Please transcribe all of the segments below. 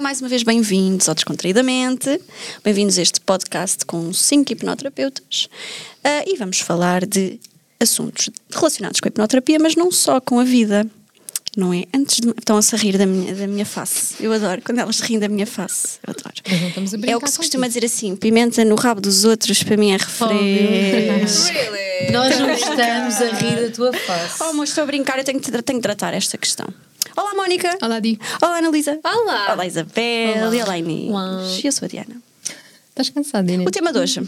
mais uma vez bem-vindos ao Descontraídamente. Bem-vindos a este podcast com cinco hipnoterapeutas ah, e vamos falar de assuntos relacionados com a hipnoterapia, mas não só com a vida. Não é? Antes de, estão-se a rir da minha, da minha face. Eu adoro quando elas se riem da minha face. Eu adoro. Mas não Uhum, estamos a É brincar o que se contigo. costuma dizer assim: pimenta no rabo dos outros, para mim é Oh, refresco. Nós não estamos a rir da tua face. Oh, mas estou a brincar, eu tenho que, tenho que tratar esta questão. Olá, Mónica. Olá, Di. Olá, Analisa. Olá. Olá, Isabel. E Olá, Inês. Olá. E eu sou a Diana. Estás cansada, Inês? O tema de hoje: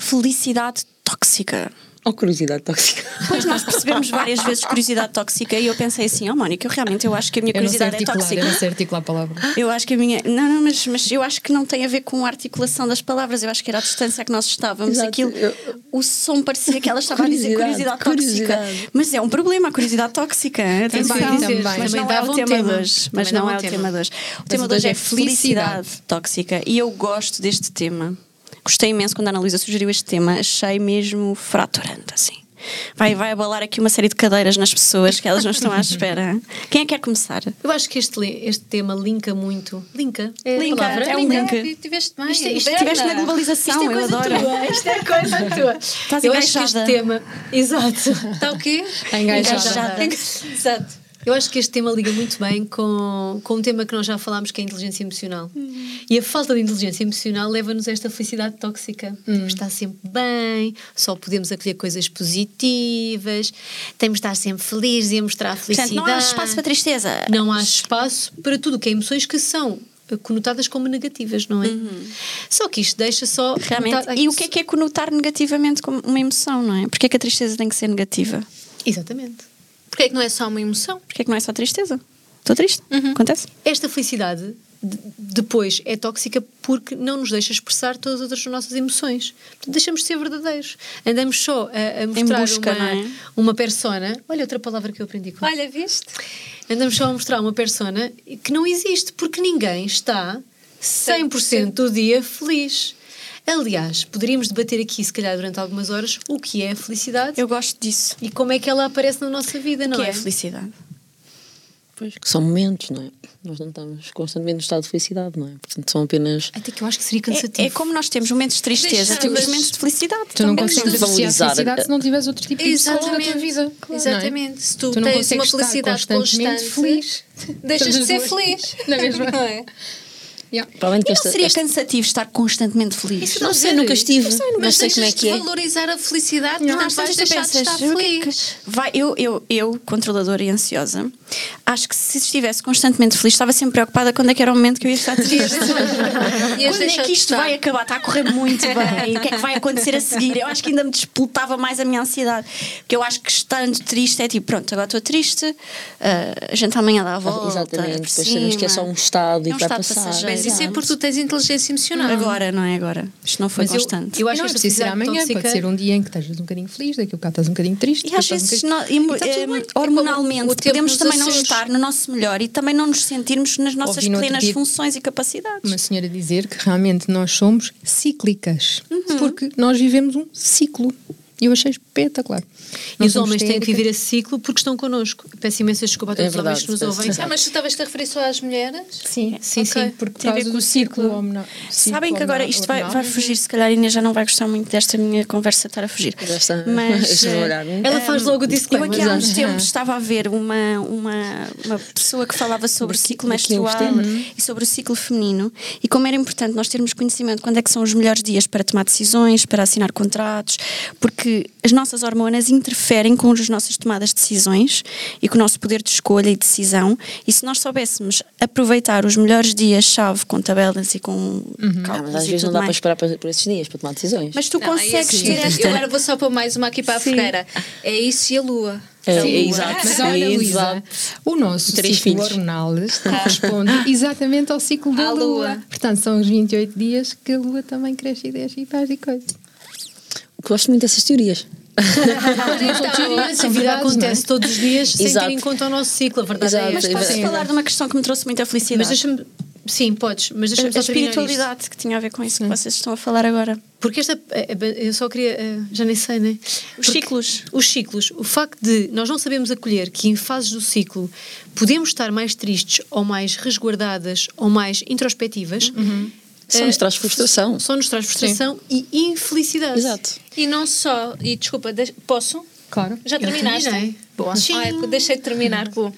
felicidade tóxica. Ou curiosidade tóxica. Pois nós percebemos várias vezes curiosidade tóxica e eu pensei assim: oh, Mónica, eu realmente eu acho que a minha Eu não sei curiosidade é articular, eu tóxica. não sei articular a palavra. Eu acho que a minha. Não, não, mas, mas eu acho que não tem a ver com a articulação das palavras. Eu acho que era a distância que nós estávamos. Exato, Aquilo, eu- O som parecia que ela estava a dizer curiosidade Curiosidade, tóxica. curiosidade. Mas é um problema a curiosidade tóxica. Atenção. também. Mas Também não é dava o um tema tema. de hoje. Também Mas não dava é um o tema. tema de hoje. O Mas tema o de hoje dois é é felicidade. felicidade tóxica. E eu gosto deste tema. Gostei imenso quando a Ana Luísa sugeriu este tema. Achei mesmo fraturante, assim. Vai, vai abalar aqui uma série de cadeiras nas pessoas que elas não estão à espera. Quem é que quer começar? Eu acho que este, li- este tema linka muito. Linka? É a Linka, palavra? é um Linka. link. E Tiveste mais. Isto, é- Isto é tiveste Ana. na globalização, Isto é eu coisa adoro. Tua. Isto é coisa tua. Estás Tá eu acho que este engajada. tema. Exato. Está o quê? Engajada. Exato. Eu acho que este tema liga muito bem com, com um tema que nós já falámos, que é a inteligência emocional. E a falta de inteligência emocional leva-nos a esta felicidade tóxica. Temos de estar sempre bem, só podemos acolher coisas positivas, temos de estar sempre felizes e a mostrar a felicidade. Portanto, não há espaço para tristeza. Não há espaço para tudo, que é emoções que são eh, conotadas como negativas, não é? Só que isto deixa só. Uhum. Realmente. conotar- E o que é que é conotar negativamente como uma emoção, não é? Porquê é que a tristeza tem que ser negativa? Exatamente. Porque é que não é só uma emoção? Porquê é que não é só tristeza? Estou triste? Acontece? Esta felicidade de- depois é tóxica porque não nos deixa expressar todas as outras nossas emoções. Portanto, deixamos de ser verdadeiros. Andamos só a, a mostrar busca, uma, não é? uma persona. Olha outra palavra que eu aprendi com Olha, viste? Andamos só a mostrar uma persona que não existe, porque ninguém está 100% do dia feliz. Aliás, poderíamos debater aqui, se calhar, durante algumas horas, o que é a felicidade Eu gosto disso. e como é que ela aparece na nossa vida, O não que é é? a felicidade? Pois, que são momentos, não é? Nós não estamos constantemente no estado de felicidade, não é? Portanto, são apenas. Até que eu acho que seria É, cansativo. é como nós temos momentos de tristeza, Deixamos- temos momentos de felicidade. Então, Tu não também. consegues apreciar a desvalorizar. felicidade se não tiveres outro é, tipo de pessoas na tua vida. Não é? Exatamente. Se tu, Tu não tens uma consegues estar felicidade constantemente constante, feliz. deixas de Todas ser as feliz. Na mesma. Não é? Yeah. Para além de que Não esta. seria esta- cansativo estar constantemente feliz? Não sei, nunca estive, mas Mas sei como é deixas que de é. valorizar a felicidade, não, Não, não às vezes vais tu deixar de pensas, estar "O que é que- feliz. Vai, eu, eu, eu, controladora e ansiosa, acho que se estivesse constantemente feliz, estava sempre preocupada quando é que era o momento que eu ia estar triste. Ias Quando é deixar que de isto estar. vai acabar? Está a correr muito bem. O que é que vai acontecer a seguir? Eu acho que ainda me despoltava mais a minha ansiedade. Porque eu acho que estando triste é tipo, pronto, agora estou triste, ah, a gente amanhã dá a volta. Exatamente, depois por sabemos que é cima. só um estado e É um vai estado passar. passageiro. Mas isso é Exato. porque tu tens inteligência emocional. Agora, não é agora. Isto não foi Mas eu- constante. Eu, Eu acho não que a precisa é ser felicidade amanhã, tóxica... pode ser um dia em que estejas um bocadinho feliz, daqui a bocado estás um bocadinho triste. E às depois vezes, estás um nó- emo- está tudo eh, bem. hormonalmente, O tempo podemos nos também não Açores. estar no nosso melhor e também não nos sentirmos nas nossas Ouvi no outro plenas dia- funções e capacidades. uma senhora dizer que realmente nós somos cíclicas, porque nós vivemos um ciclo. E eu achei espetacular. E Não os somos homens têm que técnicas. viver esse ciclo porque estão connosco. Peço imensa desculpa a todos É os homens que nos verdade, ouvem. peço Ah, mas tu estavas-te a referir só às mulheres? Sim, sim, Ok. sim, porque por Tem a ver causa com do o ciclo, ciclo. hormonal. ciclo Sabem que agora hormonal- isto vai, vai hormonal. fugir, se calhar a Inês já não vai gostar muito desta minha conversa estar a fugir. Esta- Mas este eh, olhar, né? Ela faz logo o eu disclaimer. aqui há uns Exato. tempos estava a ver uma, uma, uma pessoa que falava sobre o ciclo daqui a uns menstrual e sobre o ciclo feminino e como era importante nós termos conhecimento de quando é que são os melhores dias para tomar decisões, para assinar contratos, porque as nossas hormonas interferem com as nossas tomadas de decisões e com o nosso poder de escolha e decisão e se nós soubéssemos aproveitar os melhores dias-chave com tabelas e com Ah, cálculos mas às e vezes não tudo dá para mais, esperar para- por esses dias para tomar decisões. mas tu Não, é aí consegues assim, ter Eu esta... agora vou só pôr mais uma aqui para a é Sim. fogueira. É isso e a lua. é, é exato. Mas é olha, Luísa, exato. o nosso Três ciclo filhos. hormonal corresponde exatamente ao ciclo da À lua. lua. Portanto, são os 28 dias que a lua também cresce e desce e faz e coisa. Gosto muito dessas teorias. então, A vida é? acontece todos os dias sem Exato. ter em conta o nosso ciclo, a verdade Exato. é esta. Posso falar de uma questão que me trouxe muita felicidade? Mas deixa-me Sim, podes, mas A, deixa-me a só terminar isto. espiritualidade que tinha a ver com isso que vocês estão a falar agora. Porque esta. eh, eh, Eu só queria. eh, Já nem sei, né? Os ciclos. Os ciclos. O facto de nós não sabemos acolher que em fases do ciclo podemos estar mais tristes ou mais resguardadas ou mais introspectivas. Uhum. Só eh, nos traz frustração. Só nos traz frustração e infelicidade. Exato. E não só, e desculpa, de- posso? Claro. Já Eu terminaste? terminei. Boa. Sim. Ai, é deixei de terminar, Clu.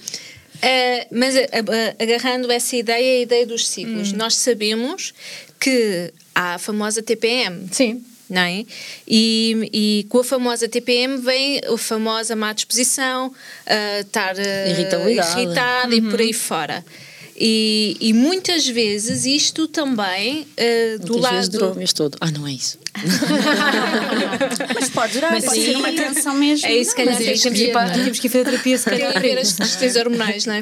Eh, mas eh, eh, agarrando essa ideia, a ideia dos ciclos, nós sabemos que há a famosa TPM. Sim. Não é? e, e com a famosa TPM vem a famosa má disposição, eh, estar eh, Irritabilidade. irritado e por aí fora. E, e muitas vezes isto também eh, do Muitas vezes lado. durou o mês todo. Ah, não é isso. Mas pode durar, pode ser uma tensão mesmo. É isso, se calhar, Mas aí tens que temos, que ir ver, para- não é? temos que ir fazer terapia se Tem calhar. a ver as questões hormonais, não é?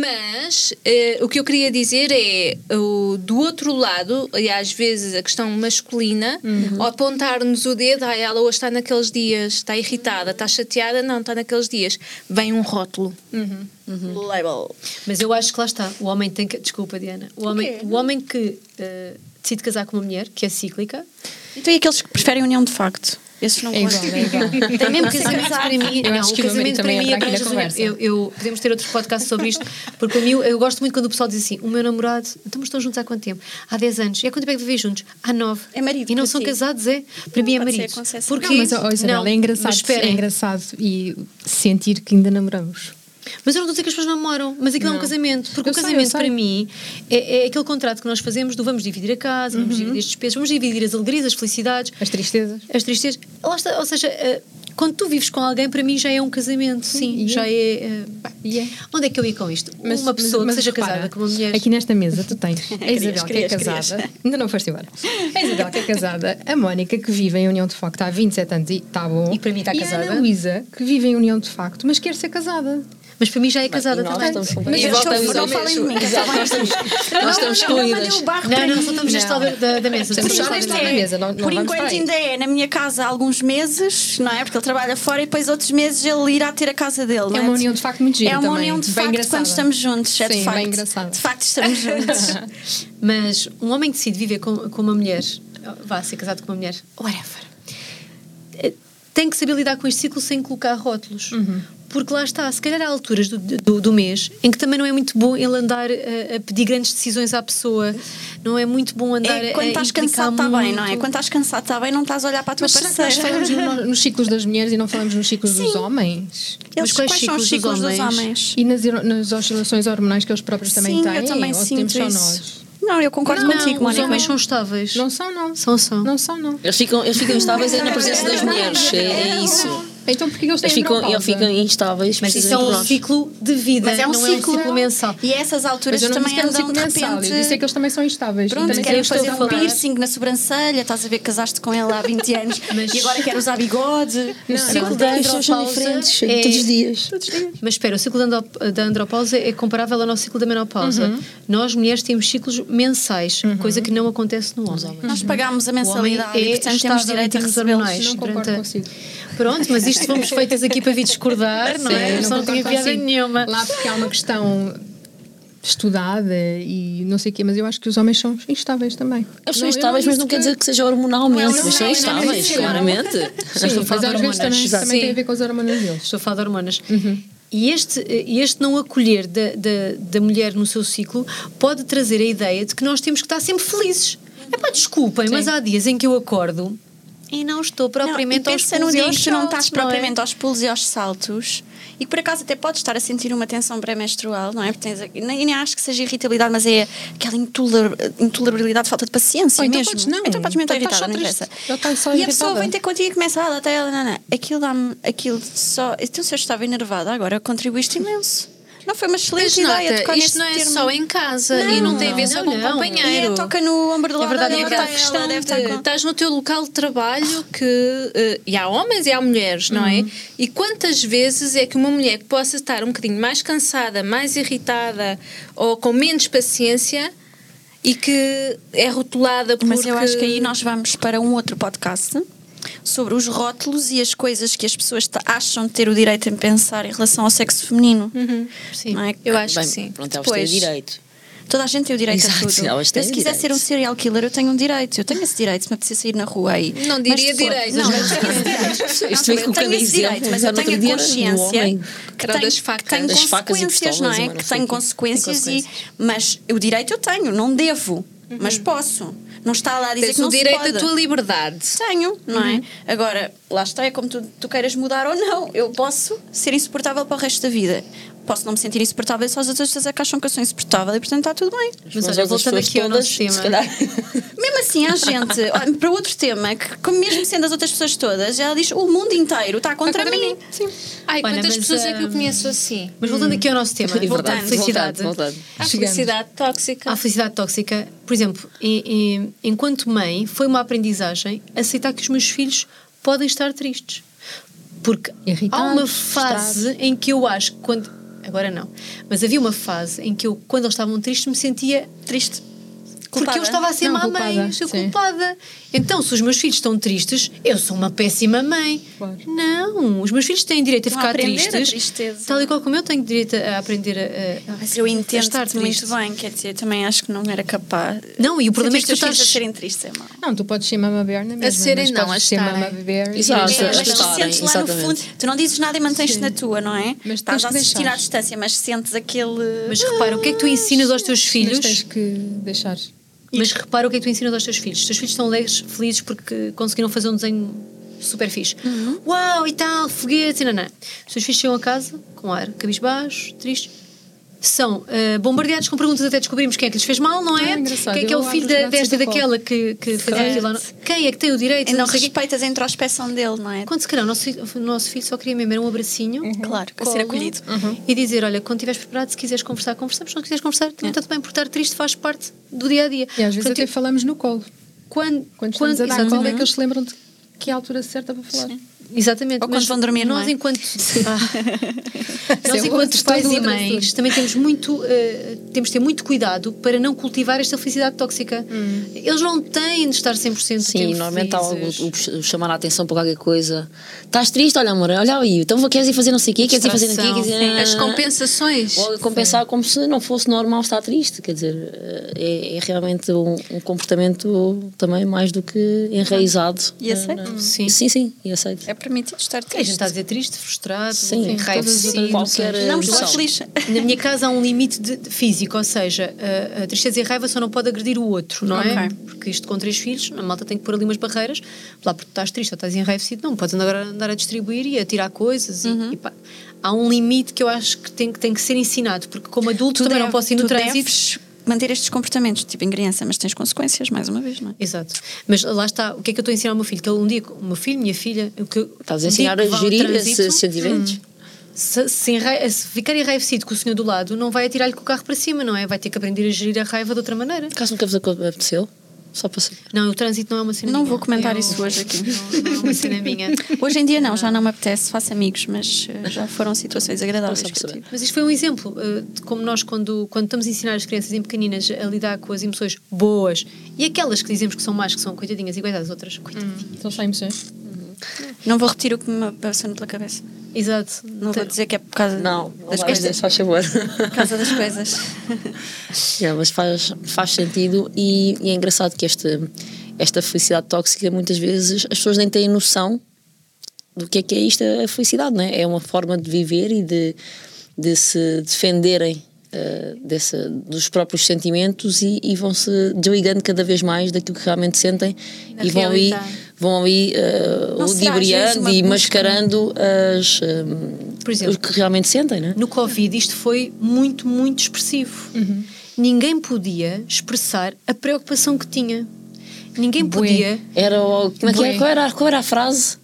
Mas eh, o que eu queria dizer é o, do outro lado, e às vezes a questão masculina, Uhum. ao apontar-nos o dedo, ah, ela hoje está naqueles dias, está irritada, está chateada, não, está naqueles dias. Vem um rótulo. Uhum. Label. Mas eu acho que lá está. O homem tem que. Desculpa, Diana. O homem, o homem que eh, decide casar com uma mulher, que é cíclica, Então e aqueles que preferem união de facto? Esses não É igual, gostam. é igual. Tem mesmo casamento para mim. Eu não, acho que o o meu casamento marido para também mim entra aqui na abrange as uniões. conversa. eu, eu Podemos ter outro podcast sobre isto, porque para mim eu, eu gosto muito quando o pessoal diz assim: o meu namorado, então mas estão juntos há quanto tempo? Há 10 anos. E há quanto tempo é que vivem juntos? Há 9. É marido, E não para são ti. casados, é? Para mim é Pode ser marido. concessão. Porque, Não, mas oh, Isabel, é engraçado. Mas, espera. é engraçado e sentir que ainda namoramos. Mas eu não estou a dizer que as pessoas namoram, mas aquilo é um casamento. Porque Eu o sei, eu casamento, sei. para mim, é, é aquele contrato que nós fazemos do vamos dividir a casa, vamos dividir as despesas, vamos dividir as alegrias, as felicidades, Uhum. As tristezas. as tristezas. Lá está, ou seja, eh, quando tu vives com alguém, para mim já é um casamento, sim. e é. Já é. eh, pá. E é. Onde é que eu ia com isto? uma pessoa que seja repara, casada com uma mulher. Aqui nesta mesa tu tens a querias, Isabel que é querias. casada. Ainda não foste embora. A Isabel que é casada. A Mónica que vive em união de facto há 27 anos e está bom. E para mim está E casada. a Ana Luísa que vive em união de facto, mas quer ser casada. Mas para mim já é casada nós também. estamos Não, completamente- E eu estou- voltamos não ao falem de mesmo. mim. tá Nós estamos excluídas. não, só estamos neste lado da, da mesa. Estamos Estamos só só neste da- lado. É, mesa, não- não por vamos para enquanto aí. ainda é na minha casa há alguns meses, não é? Porque ele trabalha fora e depois outros meses ele irá ter a casa dele. não É uma união de facto muito gira É uma também, união de bem facto engraçada. quando estamos juntos. É Sim, de bem facto. engraçada. De facto estamos juntos. Mas um homem que decide viver com, com uma mulher, vá ser casado com uma mulher, whatever, eh, tem que saber lidar com este ciclo sem colocar rótulos. Uhum. Porque lá está, se calhar há alturas do, do, do mês em que também não é muito bom ele andar a, a pedir grandes decisões à pessoa, não é muito bom andar É, a. quando estás implicar cansado está bem, muito. não é? Quando estás cansado está bem, não estás a olhar para a tua Mas será que nós parceira. falamos no- nos ciclos das mulheres e não falamos nos ciclos dos homens? Eles, Mas quais quais são os ciclos dos homens? E nas, nas oscilações hormonais que eles próprios também Sim, têm? eu também ou sinto temos só isso. nós? Não, eu concordo contigo, Não, os Mónica. homens são estáveis. Não são, não. São, são. Não são, não. Eles ficam, eles ficam instáveis é na presença das mulheres. É isso. Então porquê que eles têm Eles ficam, menopausa? eles ficam instáveis. Mas isso é um precisamente ciclo de vida, Mas é um, não ciclo. é um ciclo mensal. E essas alturas Mas eu não também disse que era um andam ciclo de mensal, eu disse é repente. que eles também são instáveis. Pronto, também querem têm um fazer um a falar. piercing na sobrancelha, estás a ver que casaste com ela há 20 anos e agora quer usar bigode. O ciclo da nós. As pessoas são andropausa diferentes é- todos os dias. Mas espera, o ciclo da andro- da andropausa é comparável ao nosso ciclo da menopausa. Uhum. Nós, mulheres, temos ciclos mensais, coisa que não acontece no homem. Nós pagámos a mensalidade homem é e, portanto, temos estável direito a em termos recebê-los. hormonais. Não concordo Durante- consigo. Pronto, mas isto fomos feitas aqui para vir discordar, não é? Sim, Isso não, concordo tinha piada consigo. nenhuma. Lá porque há uma questão estudada e não sei o quê, mas eu acho que os homens são instáveis também. Eles Não, são eu instáveis, mas disse não quer dizer que seja hormonalmente. Mas são não, não, não, não, instáveis, não. claramente. Sim, Estou a falar mas de às vezes também, hormonas. também Sim. tem a ver com os hormônios deles. Estou a falar de hormonas. E este, e este não acolher da, da, da mulher no seu ciclo pode trazer a ideia de que nós temos que estar sempre felizes. É pá, desculpem, mas há dias em que eu acordo e não estou propriamente não, e aos pensa num pulos e dia aos em que tu não saltos, estás não é? propriamente aos pulos e aos saltos e que por acaso até podes estar a sentir uma tensão pré-menstrual, não é? Porque tens, a- nem, nem acho que seja irritabilidade, mas é aquela intoler- intolerabilidade, falta de paciência Ou então mesmo. podes não. Então podes mesmo estar Então estás irritada, só não triste. interessa. Ou estás só e a pessoa irritada. vem ter contigo e começa, ah, lá está ela, não, não. Aquilo dá-me, aquilo só. Então se eu estava enervada, agora contribuíste imenso. Não foi uma Mas excelente ideia nota, tocar nesse isto não é termo. só em casa e não tem a ver só com não, o não. companheiro. E toca no ombro do É lado verdade, é dela, aquela ela questão deve estar de com- estás no teu local de trabalho que eh, e há homens e há mulheres, não Uhum. é? E quantas vezes é que uma mulher que possa estar um bocadinho mais cansada, mais irritada ou com menos paciência e que é rotulada por Mas eu acho que aí nós vamos para um outro podcast sobre os rótulos e as coisas que as pessoas ta- acham ter o direito em pensar em relação ao sexo feminino. Uhum, Sim, Não é? eu acho Bem, que sim. Pronto, elas têm Depois. direito. Toda a gente tem o direito Exato, a tudo. elas têm eu, se quiser direito. ser um serial killer, eu tenho um direito. Eu tenho esse direito, se me apetecer sair na rua aí. Não diria se for- direito, Não, mas- eu tenho esse direito. Isto vem Eu com tenho cada esse direito, exemplo. mas eu Usar no tenho a outro dia, o consciência homem. que Era tem, das que facas. tem Das facas e consequências, pistolas, não assim. mas é? não Que sei tem o quê. Tem consequências e. consequências. Mas o direito eu tenho, não devo. Mas posso. Não está lá a dizer Uhum. é Tens que não o direito se à pode. tua liberdade. Tenho, não é? Agora, lá está, é como tu, tu queiras mudar ou não. Eu posso ser insuportável para o resto da vida. Posso não me sentir insuportável, só as outras pessoas é que acham que eu sou insuportável e, portanto, está tudo bem. Mas olha, voltando aqui ao nosso tema. Se calhar, Mesmo assim, há gente, olha, para outro tema, que como mesmo sendo as outras pessoas todas, ela diz o mundo inteiro está contra, mim. Sim. Ai, Olha, quantas mas, pessoas é que eu hum, conheço assim? Mas voltando aqui ao nosso tema, É voltando à verdade, felicidade. voltando, voltando. A Chegamos. felicidade tóxica. À felicidade tóxica, por exemplo, e- e- enquanto mãe, foi uma aprendizagem aceitar que os meus filhos podem estar tristes. Porque Irritados, há uma fase em que eu acho que quando. Agora não. Mas havia uma fase em que eu, quando eles estavam tristes, me sentia Triste. Porque Culpada. eu estava a ser Não, má mãe, culpada, sou sim. culpada. Então, se os meus filhos estão tristes, eu sou uma péssima mãe. Claro. Não, os meus filhos têm direito a Vão ficar aprender a tristes. tristeza. Tal e qual como eu tenho direito a aprender a. a- Mas eu estar entendo-te muito triste. bem, quer dizer, também acho que não era capaz. Não, e o problema é que tu Sentir os teus filhos estás. a serem tristes é mau. Não, tu podes ser mama bear na mesma. serem mas não, podes a ser estarem. mama bear. e Exato. deixar- É, mas tu estarem, sentes lá no exatamente. fundo, tu não dizes nada e mantens-te na tua, não é? Mas Estás tens a que assistir deixar. à distância, mas sentes aquele. Mas repara, o que é que tu ensinas aos teus Mas filhos? tens que deixar. Mas repara o que é que tu ensinas aos teus filhos. Os teus filhos estão alegres, felizes porque conseguiram fazer um desenho super fixe. Uhum. Uau, e tal, foguetes, e nanã. Os teus filhos chegam a casa com ar cabisbaixo, tristes. São ah, bombardeados com perguntas até descobrirmos quem é que lhes fez mal, não Ah, é? é engraçado. quem é que é Eu o filho abro da, os braços desta e da Copa. daquela que, que fez Certo. aquilo? Quem é que tem o direito? E não Não sei o quê. respeitas a introspeção dele, não é? Tipo, Quando se calhar o nosso, filho- o nosso filho só queria mesmo era um abracinho. Uhum. Claro, a ser colo, acolhido. Uhum. E dizer, olha, quando estiveres preparado, se quiseres conversar, conversamos. Se não quiseres conversar, também está tudo bem, porque estar triste faz parte do dia-a-dia. E às vezes Portanto, até falamos no colo. quando, Quando estamos a dar colo é exatamente, que eles se lembram de que é a altura certa para falar. exatamente, Ou quando mas vão dormir, não nós é? enquanto Ah. Isso é nós enquanto outro, pais todo e outro mães assunto. também temos muito eh, temos de ter muito cuidado para não cultivar esta felicidade tóxica eles não têm de estar 100% do Hum. Sim, tempo normalmente há algo, felizes. o, o chamar a atenção para qualquer coisa. Estás triste? Olha, amor, olha aí. Então vou- queres ir fazer não sei o quê, queres ir fazer não sei o quê, queres ir... As compensações. Logo a compensar como se não fosse normal estar triste, quer dizer, é, é realmente um, um comportamento também mais do que enraizado. E aceito. Sim, sim, e aceito. É permitido estar a gente triste. está a dizer triste, frustrado, Sim, enraivecido. qualquer Não me emoção. estás feliz. Na minha casa há um limite de- de físico, ou seja, a, a tristeza e a raiva só não pode agredir o outro, não é? Ok. Porque isto com três filhos, a malta tem que pôr ali umas barreiras. Lá porque tu estás triste ou estás enraivecido, não podes andar, andar a distribuir e a tirar coisas. e- Uhum. E, pá. Há um limite que eu acho que tem, que tem que ser ensinado, porque como adulto também não deve- posso ir no tu trânsito. deves manter estes comportamentos, tipo em criança, mas tens consequências, mais uma vez, não é? Exato. Mas lá está, o que é que eu estou a ensinar ao meu filho? Que ele um dia, o meu filho, minha filha, o que eu- Estás um dia a ensinar que a vá ao gerir trânsito, esses sentimentos. se, se, enra- se ficar enraivecido com o senhor do lado, não vai atirar-lhe com o carro para cima, não é? Vai ter que aprender a gerir a raiva de outra maneira. Por acaso nunca vos aco- apeteceu? Só para saber. Não, o trânsito não é uma cena Não minha. vou comentar Eu- isso hoje aqui. Não, não é uma cena minha. Hoje em dia não, já não me apetece, faço amigos, mas eh, já foram situações agradáveis Só para que eu saber. tive. Mas isto foi um exemplo eh, de como nós, quando, quando estamos a ensinar as crianças em pequeninas a lidar com as emoções boas e aquelas que dizemos que são más, que são coitadinhas e coitadas outras, coitadinhas. São Então só emoções. Não vou repetir o que me passou pela cabeça. Exato. Hum. Não vou dizer que é por causa Não, não das vais, coisas. faz favor. Por causa das coisas. É, mas faz, faz sentido e, e é engraçado que esta, esta felicidade tóxica muitas vezes as pessoas nem têm noção do que é que é isto a felicidade, não é? É uma forma de viver e de, de se defenderem eh, dessa, dos próprios sentimentos e, e vão-se desligando cada vez mais daquilo que realmente sentem e vão aí, realidade. vão aí eh, Não é? será, às vezes, ludibriando uma e busca? mascarando as, eh, Por exemplo, o que realmente sentem, não é? No Covid, isto foi muito, muito expressivo. Uhum. Ninguém podia expressar a preocupação que tinha. Ninguém podia. Era o. Como é que era? Bué. Qual, era, qual era a frase?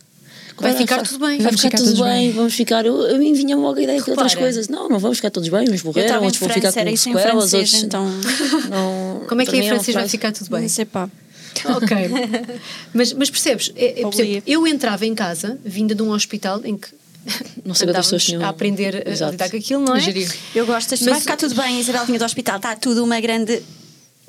Qual Vai era a ficar fra- tudo bem. Vai Vamos ficar, ficar tudo todos bem, bem. vamos ficar. Eu, a mim vinha-me logo a ideia de outras Repara. coisas. Não, não vamos ficar todos bem, uns Eu morreram, estava em outros vão ficar França, com era isso em sequelas, francês, outros. então. Não, Como é que para em mim era uma francês vai frase- ficar tudo bem? Não sei pá. Ok. mas, mas percebes? É- é, por Publi. exemplo, eu entrava em casa, vinda de um hospital em que. Não sei quantas pessoas andávamos tinham- A aprender a- a Exato. lidar com aquilo, não é? Gerir. Eu gosto, das- Mas- vai ficar tudo bem, a Isabel vinha do hospital, está tudo uma grande.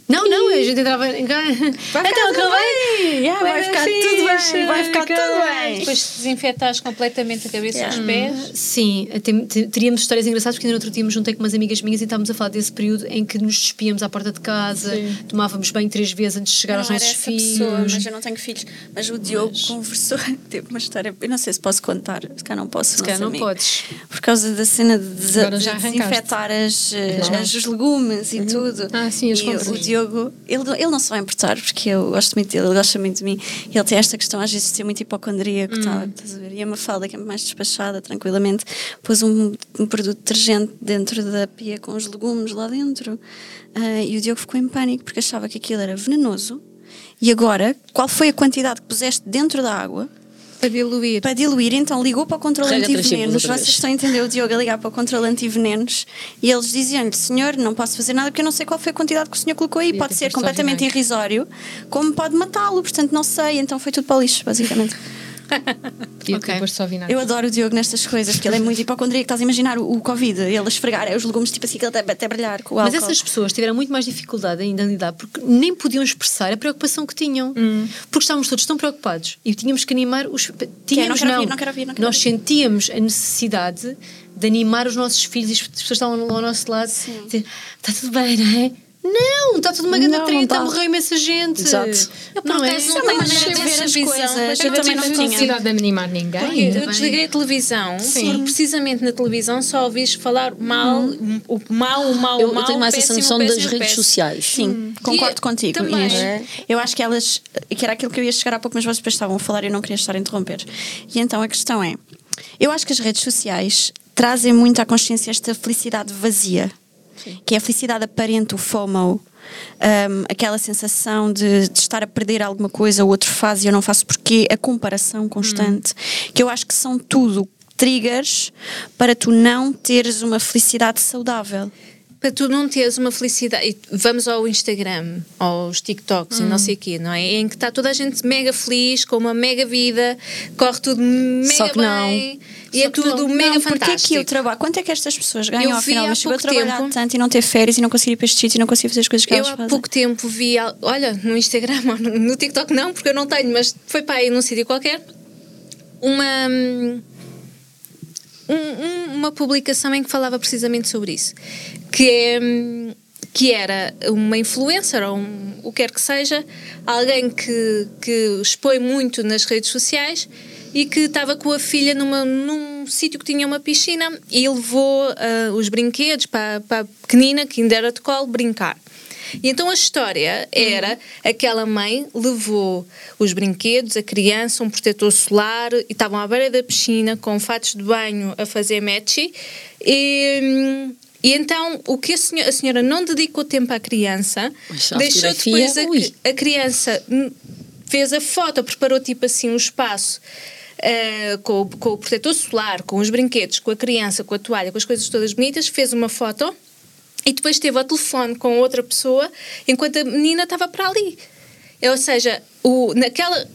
Não, não, a gente entrava em casa. Vai ficar Então, tudo calma aí. bem. Yeah, Ah, vai ficar fixe, tudo bem. bem, vai ficar tudo bem. Depois desinfetares completamente a cabeça e os pés. Sim, até- te- teríamos histórias engraçadas porque ainda no outro dia me juntei com umas amigas minhas e estávamos a falar desse período em que nos despíamos à porta de casa, tomávamos banho três vezes antes de chegar aos não nossos era essa filhos. pessoa, mas eu não tenho filhos. Mas o Diogo conversou, teve uma história, eu não sei se posso contar, se calhar não posso. Se calhar sou não amiga. podes. Por causa da cena de, des- Agora de já arrancaste. desinfetar as, as- os legumes e tudo. Ah, sim, as e compras. o Diogo, ele, não- ele não se vai importar, porque eu gosto muito dele, ele gosta muito de mim. E ele tem esta questão, às vezes, de ter muito hipocondríaco. Tá, Hum. estás a ver? E a Mafalda, que é mais despachada, tranquilamente, pôs um, um produto detergente dentro da pia com os legumes lá dentro. Ah, e o Diogo ficou em pânico, porque achava que aquilo era venenoso. E agora, qual foi a quantidade que puseste dentro da água? Para diluir. para diluir, então ligou para o controle Regra três antivenenos. simples, outra Vocês vez. estão a entender o Diogo a ligar para o controle antivenenos e eles diziam-lhe: Senhor, não posso fazer nada porque eu não sei qual foi a quantidade que o senhor colocou aí. ter Pode ser posto completamente irrisório, como pode matá-lo, portanto não sei. Então foi tudo para o lixo, basicamente. Podia ter posto só vinagre. Eu adoro o Diogo nestas coisas porque ele é muito hipocondríaco. Estás a imaginar o, o Covid, ele a esfregar é, os legumes, tipo assim, que ele até, até brilhar com o álcool. Mas essas pessoas tiveram muito mais dificuldade ainda em lidar porque nem podiam expressar a preocupação que tinham. Hum. Porque estávamos todos tão preocupados e tínhamos que animar os. Tínhamos, quero ouvir, é, não quero ouvir, não quero Nós sentíamos a necessidade de animar os nossos filhos e as pessoas estavam ao nosso lado. Dizer, está tudo bem, não é? Não, está tudo uma grande Não, treta, não está. morreu imensa gente. Exato. Eu, não é? não tenho maneira de ver as coisas, é eu também tipo não tinha. necessidade de animar ninguém. Porque eu desliguei a televisão porque precisamente na televisão só ouvis falar mal, o mal, o mal, Hum. Eu, o eu mal. tenho mais essa noção péssimo, das péssimo, redes péssimo. sociais. Sim, concordo Hum. E contigo, também- Inês. É. Eu acho que elas, que era aquilo que eu ia chegar há pouco, mas vocês depois estavam a falar e eu não queria estar a interromper. E então a questão é: eu acho que as redes sociais trazem muito à consciência esta felicidade vazia, que é a felicidade aparente, o FOMO. hum, aquela sensação de, de estar a perder alguma coisa, o outro faz e eu não faço porque é a comparação constante, Hum. que eu acho que são tudo triggers para tu não teres uma felicidade saudável. Para tu não teres uma felicidade. e Vamos ao Instagram, aos TikToks Hum. e não sei o quê, não é? Em que está toda a gente mega feliz, com uma mega vida, corre tudo mega Só que não. bem e é tudo mega não, porque fantástico. é que eu trabalho? Quanto é que estas pessoas ganham Eu ao vi final? há Mas chegou a pouco trabalhar tempo- tanto e não ter férias e não conseguir ir para estes sítios e não conseguir fazer as coisas que Eu elas há fazem. pouco tempo vi, al- olha, no Instagram, ou no- no TikTok não, porque eu não tenho, mas foi para aí num sítio qualquer, uma, hum, um- um- uma publicação em que falava precisamente sobre isso. Que, é, hum, que era uma influencer ou um- o que quer que seja, alguém que, que expõe muito nas redes sociais e que estava com a filha numa, num sítio que tinha uma piscina e levou ah, os brinquedos para, para a pequenina, que ainda era de colo, brincar. E então a história era Uhum. aquela mãe levou os brinquedos, a criança, um protetor solar e estavam à beira da piscina com fatos de banho a fazer matchy. E, e então o que a senhora, a senhora não dedicou tempo à criança, Mas só a deixou fotografia, depois a, ui. a criança hum, fez a foto, preparou tipo assim um espaço. ah, com, o- com o protetor solar, com os brinquedos, com a criança, com a toalha, com as coisas todas bonitas, fez uma foto e depois esteve ao telefone com outra pessoa enquanto a menina estava para ali. Ou seja, o, naquela.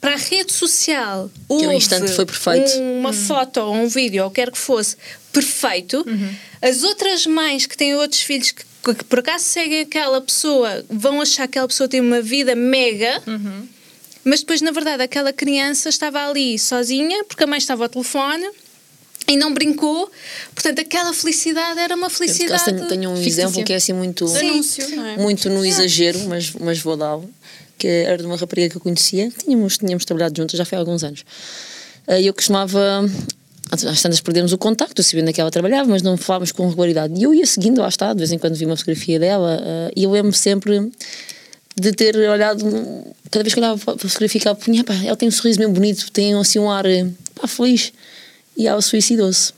Para a rede social, é o houve instante foi perfeito. uma foto ou um vídeo, ou o que quer que fosse, perfeito. As outras mães que têm outros filhos que, que- que por acaso seguem aquela pessoa vão achar que aquela pessoa tem uma vida mega. Mas depois, na verdade, aquela criança estava ali sozinha, porque a mãe estava ao telefone e não brincou. Portanto, aquela felicidade era uma Eu, por acaso, felicidade. tenho, tenho um exemplo que é assim muito, Anúncio, não é? muito no exagero, mas, mas vou dá-lo. Que era de uma rapariga que eu conhecia, tínhamos, tínhamos trabalhado juntas já foi há alguns anos. Eh, Eu costumava. Às tantas perdemos o contacto, eu sabia onde é que ela trabalhava, mas não falávamos com regularidade. E eu ia seguindo, lá está, de vez em quando vi uma fotografia dela, eh, e eu lembro sempre de ter olhado, cada vez que olhava para a fotografia, ficava, punha, pá, ela tem um sorriso bem bonito, tem assim um ar, eh, pá, feliz. E ela suicidou-se.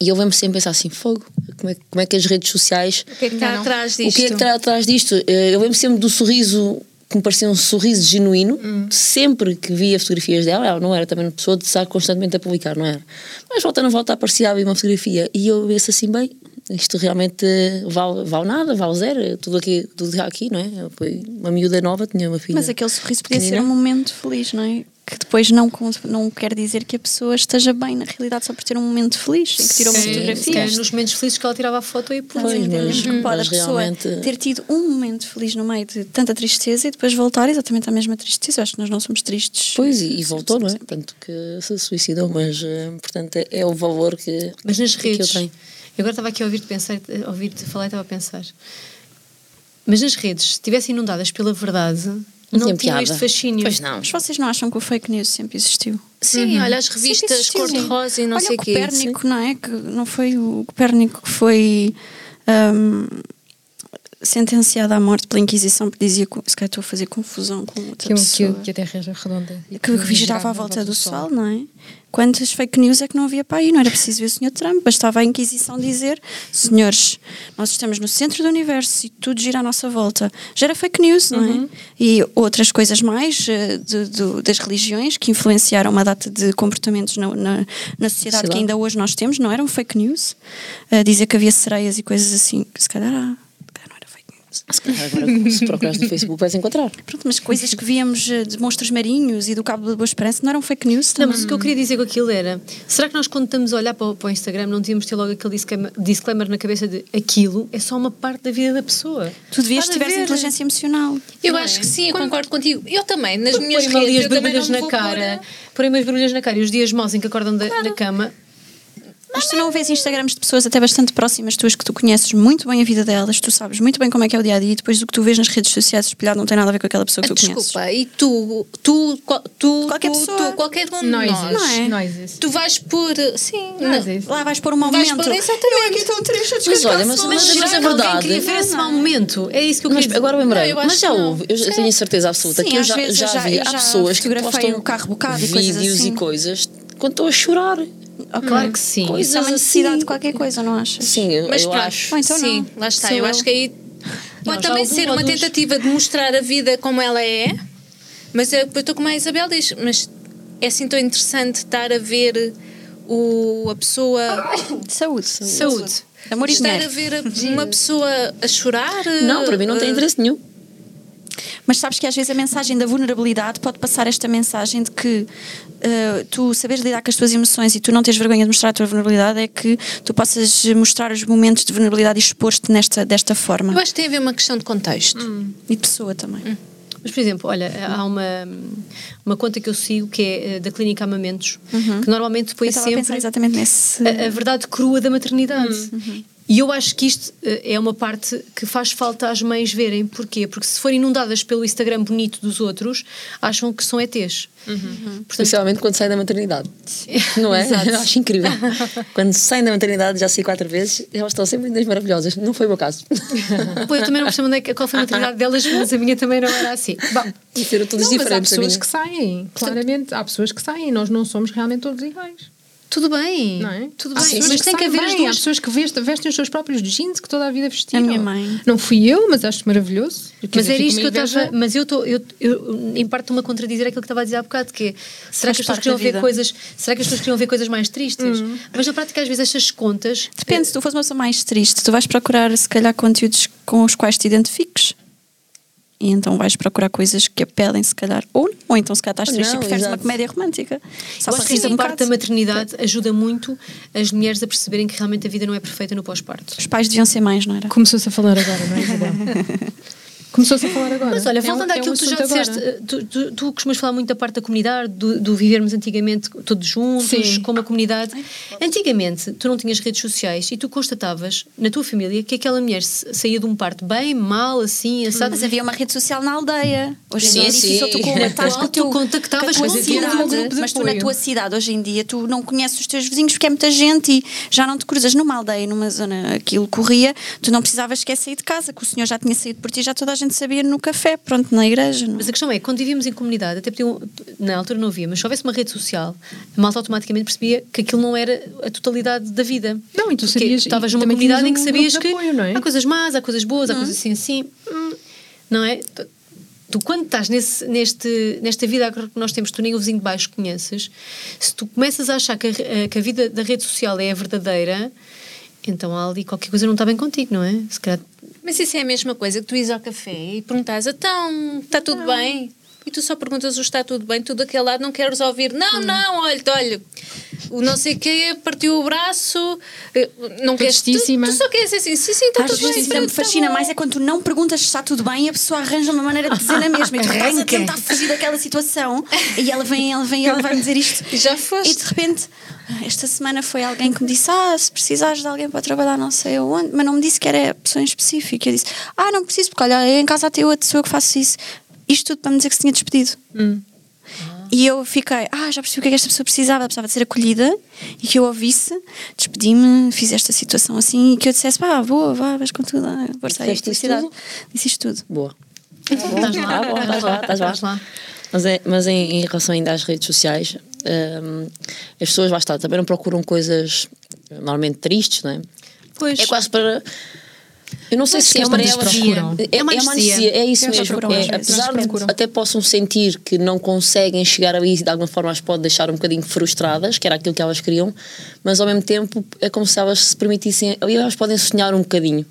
E eu lembro sempre pensar assim: fogo, como é, como é que as redes sociais. O que é que está atrás disto? O que é que está atrás disto? Eh, Eu lembro sempre do sorriso que me parecia um sorriso genuíno, Hum. sempre que via fotografias dela, ela não era também uma pessoa de estar constantemente a publicar, não era? Mas volta não volta aparecia ali uma fotografia e eu penso assim, bem, isto realmente eh, vale, vale nada, vale zero, eh, tudo aqui, tudo aqui, não é? Foi uma miúda nova, tinha uma filha. Mas aquele sorriso podia ser pequenina. um momento feliz, não é? que depois não, con- não quer dizer que a pessoa esteja bem na realidade só por ter um momento feliz em que tirou uma eh, Sim, se fotografia. calhar nos momentos felizes que ela tirava a foto e pôs. Estás a Pois, entender? mas- Porque pode mas a pessoa realmente- ter tido um momento feliz no meio de tanta tristeza e depois voltar exatamente à mesma tristeza. Eu acho que nós não somos tristes. Pois, e, e voltou, não é? Sempre. Tanto que se suicidou, mas, eh, portanto, é- é o valor que, Mas nas que eu redes. tenho. Eu agora estava aqui a ouvir-te pensar, a ouvir-te falar e estava a pensar. Mas nas redes, se estivessem inundadas pela verdade, não, tinha tinham piada. este fascínio. Pois não. Mas vocês não acham que o fake news sempre existiu? Sim, olha as Sempre revistas existiu. cor-de-rosa e não Olha sei o quê. Copérnico, não é? Que não foi o Copérnico que foi ahm, sentenciado à morte pela Inquisição porque dizia que se calhar estou a fazer confusão com outra um, Que, pessoa. que, que a Terra era redonda. e que, que girava à volta do sol, não é? Quantas fake news é que não havia para aí? Não era preciso ver o Sr. Trump, bastava a Inquisição dizer: senhores, nós estamos no centro do universo e tudo gira à nossa volta. Já era fake news, não é? E outras coisas mais eh, de- do- das religiões que influenciaram uma data de comportamentos na, na- na sociedade que Sociedade. ainda hoje nós temos, não eram fake news? Eh, dizer que havia sereias e coisas assim, que se calhar, ah, se calhar não era fake news. Se calhar agora, se procurares no Facebook, vais encontrar. Pronto, mas coisas que víamos eh, de monstros marinhos e do Cabo da Boa Esperança não eram fake news Não, também. Hum. mas o que eu queria dizer com aquilo era: será que nós, quando estamos a olhar para o, para o Instagram, não devíamos ter logo aquele disclaimer, disclaimer na cabeça de aquilo é só uma parte da vida da pessoa? Tu devias Pode tiveres haver. inteligência emocional. Eu acho que sim, eu concordo contigo. Eu também, nas minhas Põe-me ali redes, as eu também não barulhas me na vou cara. pôr né? a- Põe-me as barulhas na cara e os dias maus em que acordam da, da cama. Mas tu não vês Instagrams de pessoas até bastante próximas tuas que tu conheces muito bem a vida delas, tu sabes muito bem como é que é o dia a dia e depois o que tu vês nas redes sociais espelhado não tem nada a ver com aquela pessoa que tu conheces. Ah, Desculpa, e tu, tu, qual- tu, Qualquer tu, pessoa. tu, qualquer um de Nós, nós. Não é? nós. Tu vais pôr. Sim, não. Nós, isso. Lá vais pôr um mau Vais momento. pôr exatamente. Eu aqui estou triste a Mas descarregar olha, mas, só. mas, Será mas que é alguém verdade. queria ver esse mau momento? É isso que eu queria Mas dizer. agora lembrei, Não, eu acho mas já que não. houve, eu já tenho a certeza absoluta Sim, que eu às já, vezes já eu já- vi. eu Há já pessoas que fotografei postam o carro bocado e coisas vídeos assim. e coisas quando estão a chorar. Claro que Isso sim. é uma coisas necessidade assim. de qualquer coisa, não achas? Sim, eu, Mas eu pronto, acho. Ou então sim, não. lá está. Sou eu eu. acho que aí já pode também algum ser ou uma dois. tentativa de mostrar a vida como ela é, mas é, eu eu estou como a Isabel diz, mas é assim tão interessante estar a ver o, a pessoa. Ah, Saúde. Saúde. Amor e estar dinheiro. a ver a- uma pessoa a chorar. Não, para mim não tem eh, interesse nenhum. Mas sabes que às vezes a mensagem da vulnerabilidade pode passar esta mensagem de que eh, tu saberes lidar com as tuas emoções e tu não tens vergonha de mostrar a tua vulnerabilidade é que tu possas mostrar os momentos de vulnerabilidade e expor-te nesta, desta Eu forma. acho que tem a ver uma questão de contexto. Hum. Hum. E de pessoa também. Mas, por exemplo, olha, há uma, uma conta que eu sigo que é eh, da Clínica Amamentos, que normalmente Uhum. Eu põe estava a pensar sempre exatamente Uhum, nesse. a, a verdade crua da maternidade. E eu acho que isto eh, é uma parte que faz falta às mães verem. Porquê? Porque se forem inundadas pelo Instagram bonito dos outros, acham que são ETs. Uhum. Portanto, Principalmente quando sai da maternidade. Não é? Eu acho incrível. quando saem da maternidade, já sei quatro vezes, elas estão sempre lindas e maravilhosas. Não foi o meu caso. pô, eu também não percebo onde é que- qual foi a maternidade delas, mas a minha também não era assim. Bom, E foram todas Não, mas há diferentes. a pessoas minha. que saem, claramente. Há pessoas que saem. Nós não somos realmente todos iguais. tudo bem. Não é? Tudo Há bem. pessoas Mas tem que sabem haver as bem, Há duas pessoas que vestem, vestem os seus próprios jeans que toda a vida vestiram. A minha mãe. Não fui eu, mas acho maravilhoso. Quer Mas dizer, era fico isto que eu uma inveja. estava. Mas eu estou. Eu, eu, em parte, estou-me a contradizer aquilo que estava a dizer há bocado, que é, será Faz que as parte pessoas da queriam ver vida. Uhum. coisas. Será que as pessoas queriam ver coisas mais tristes? Mas na prática, às vezes, estas contas. eh, Depende, se tu fores uma pessoa mais triste, tu vais procurar se calhar conteúdos com os quais te identifiques. E então vais procurar coisas que apelem, se calhar, ou, não. ou então se calhar estás Ou triste e não, preferes uma exato. comédia romântica. Só Eu para acho que rir esta um parte da bocado. maternidade ajuda muito as mulheres a perceberem que realmente a vida não é perfeita no pós-parto. Os pais deviam ser mães, não era? Começou-se a falar agora, não é, Isabel? Começou-se a falar agora. Mas olha, É um- voltando é um àquilo que tu já assunto agora. disseste, eh, tu, tu, tu costumas falar muito da parte da comunidade, do, do vivermos antigamente todos juntos, Sim. como a comunidade. Antigamente, tu não tinhas redes sociais e tu constatavas na tua família que aquela mulher se- saía de um parto bem, mal, assim, Hum. assado. Mas havia uma rede social na aldeia. Hoje em Sim, dia é difícil sim. tu contactares com o Claro, teu tu contactavas, com a mas tua havia um cidade, grupo de mas tu na apoio. tua cidade hoje em dia tu não conheces os teus vizinhos porque é muita gente e já não te cruzas numa aldeia, numa zona aquilo corria, tu não precisavas sequer sair de casa, que o senhor já tinha saído por ti, já toda a gente sabia no café, pronto, na igreja. Não? é? Mas a questão é, quando vivíamos em comunidade, até podiam, na altura não havia, mas se houvesse uma rede social, a malta automaticamente percebia que aquilo não era a totalidade da vida. Não, e tu Porque sabias- Estavas e numa também tinhas comunidade em que um sabias grupo de que apoio, não é? há coisas más, há coisas boas, há coisas assim, assim. hum, não é? Tu- Tu, quando estás nesse, neste, nesta vida agora que nós temos, tu nem o vizinho de baixo conheces, se tu começas a achar que a, re- eh, que a vida da rede social é a verdadeira, então há ali qualquer coisa não está bem contigo, não é? Se calhar Mas isso é a mesma coisa que tu ires ao café e perguntas, então, está tudo bem? e tu só perguntas o está tudo bem, tu daquele lado não queres ouvir, não, não, olha, olha, o não sei quê partiu o braço, eh, não queres tu, Tristíssima. tu só queres assim, sim, sim, está Às tudo bem. vezes ainda me tá fascina bom." mais é quando tu não perguntas se está tudo bem e a pessoa arranja uma maneira de dizer na mesma. E tu estás a tentar fugir daquela situação e ela vem, ela vem, ela vai me dizer isto. E já foste. E de repente, esta semana foi alguém que me disse: Ah, se precisares de alguém para trabalhar, não sei onde, mas não me disse que era a pessoa em específico. Eu disse: Ah, não preciso, porque olha, eu em casa até outra pessoa que faço isso. Isto tudo para me dizer que se tinha despedido. Hum. E eu fiquei, ah, já percebi o que é que esta pessoa precisava. Ela precisava de ser acolhida e que eu ouvisse, despedi-me, fiz esta situação assim e que eu dissesse, pá, boa, vá, vais com tudo, ah, força aí, Disseste isso felicidade. tudo? Disse isto tudo. Boa. Estás lá, bom, estás lá, estás lá. Tá, Mas, é, mas em, em relação ainda às redes sociais, hum, as pessoas, lá está, também não procuram coisas normalmente tristes, não é? Pois. É quase para. Eu não sei Pois, se é sim, uma eles anestesia. procuram. É, é uma anestesia, é isso Eles mesmo. procuram, É, às vezes, apesar eles de até possam sentir que não conseguem chegar ali e de alguma forma as pode deixar um bocadinho frustradas, que era aquilo que elas queriam, mas ao mesmo tempo é como se elas se permitissem, ali elas podem sonhar um bocadinho.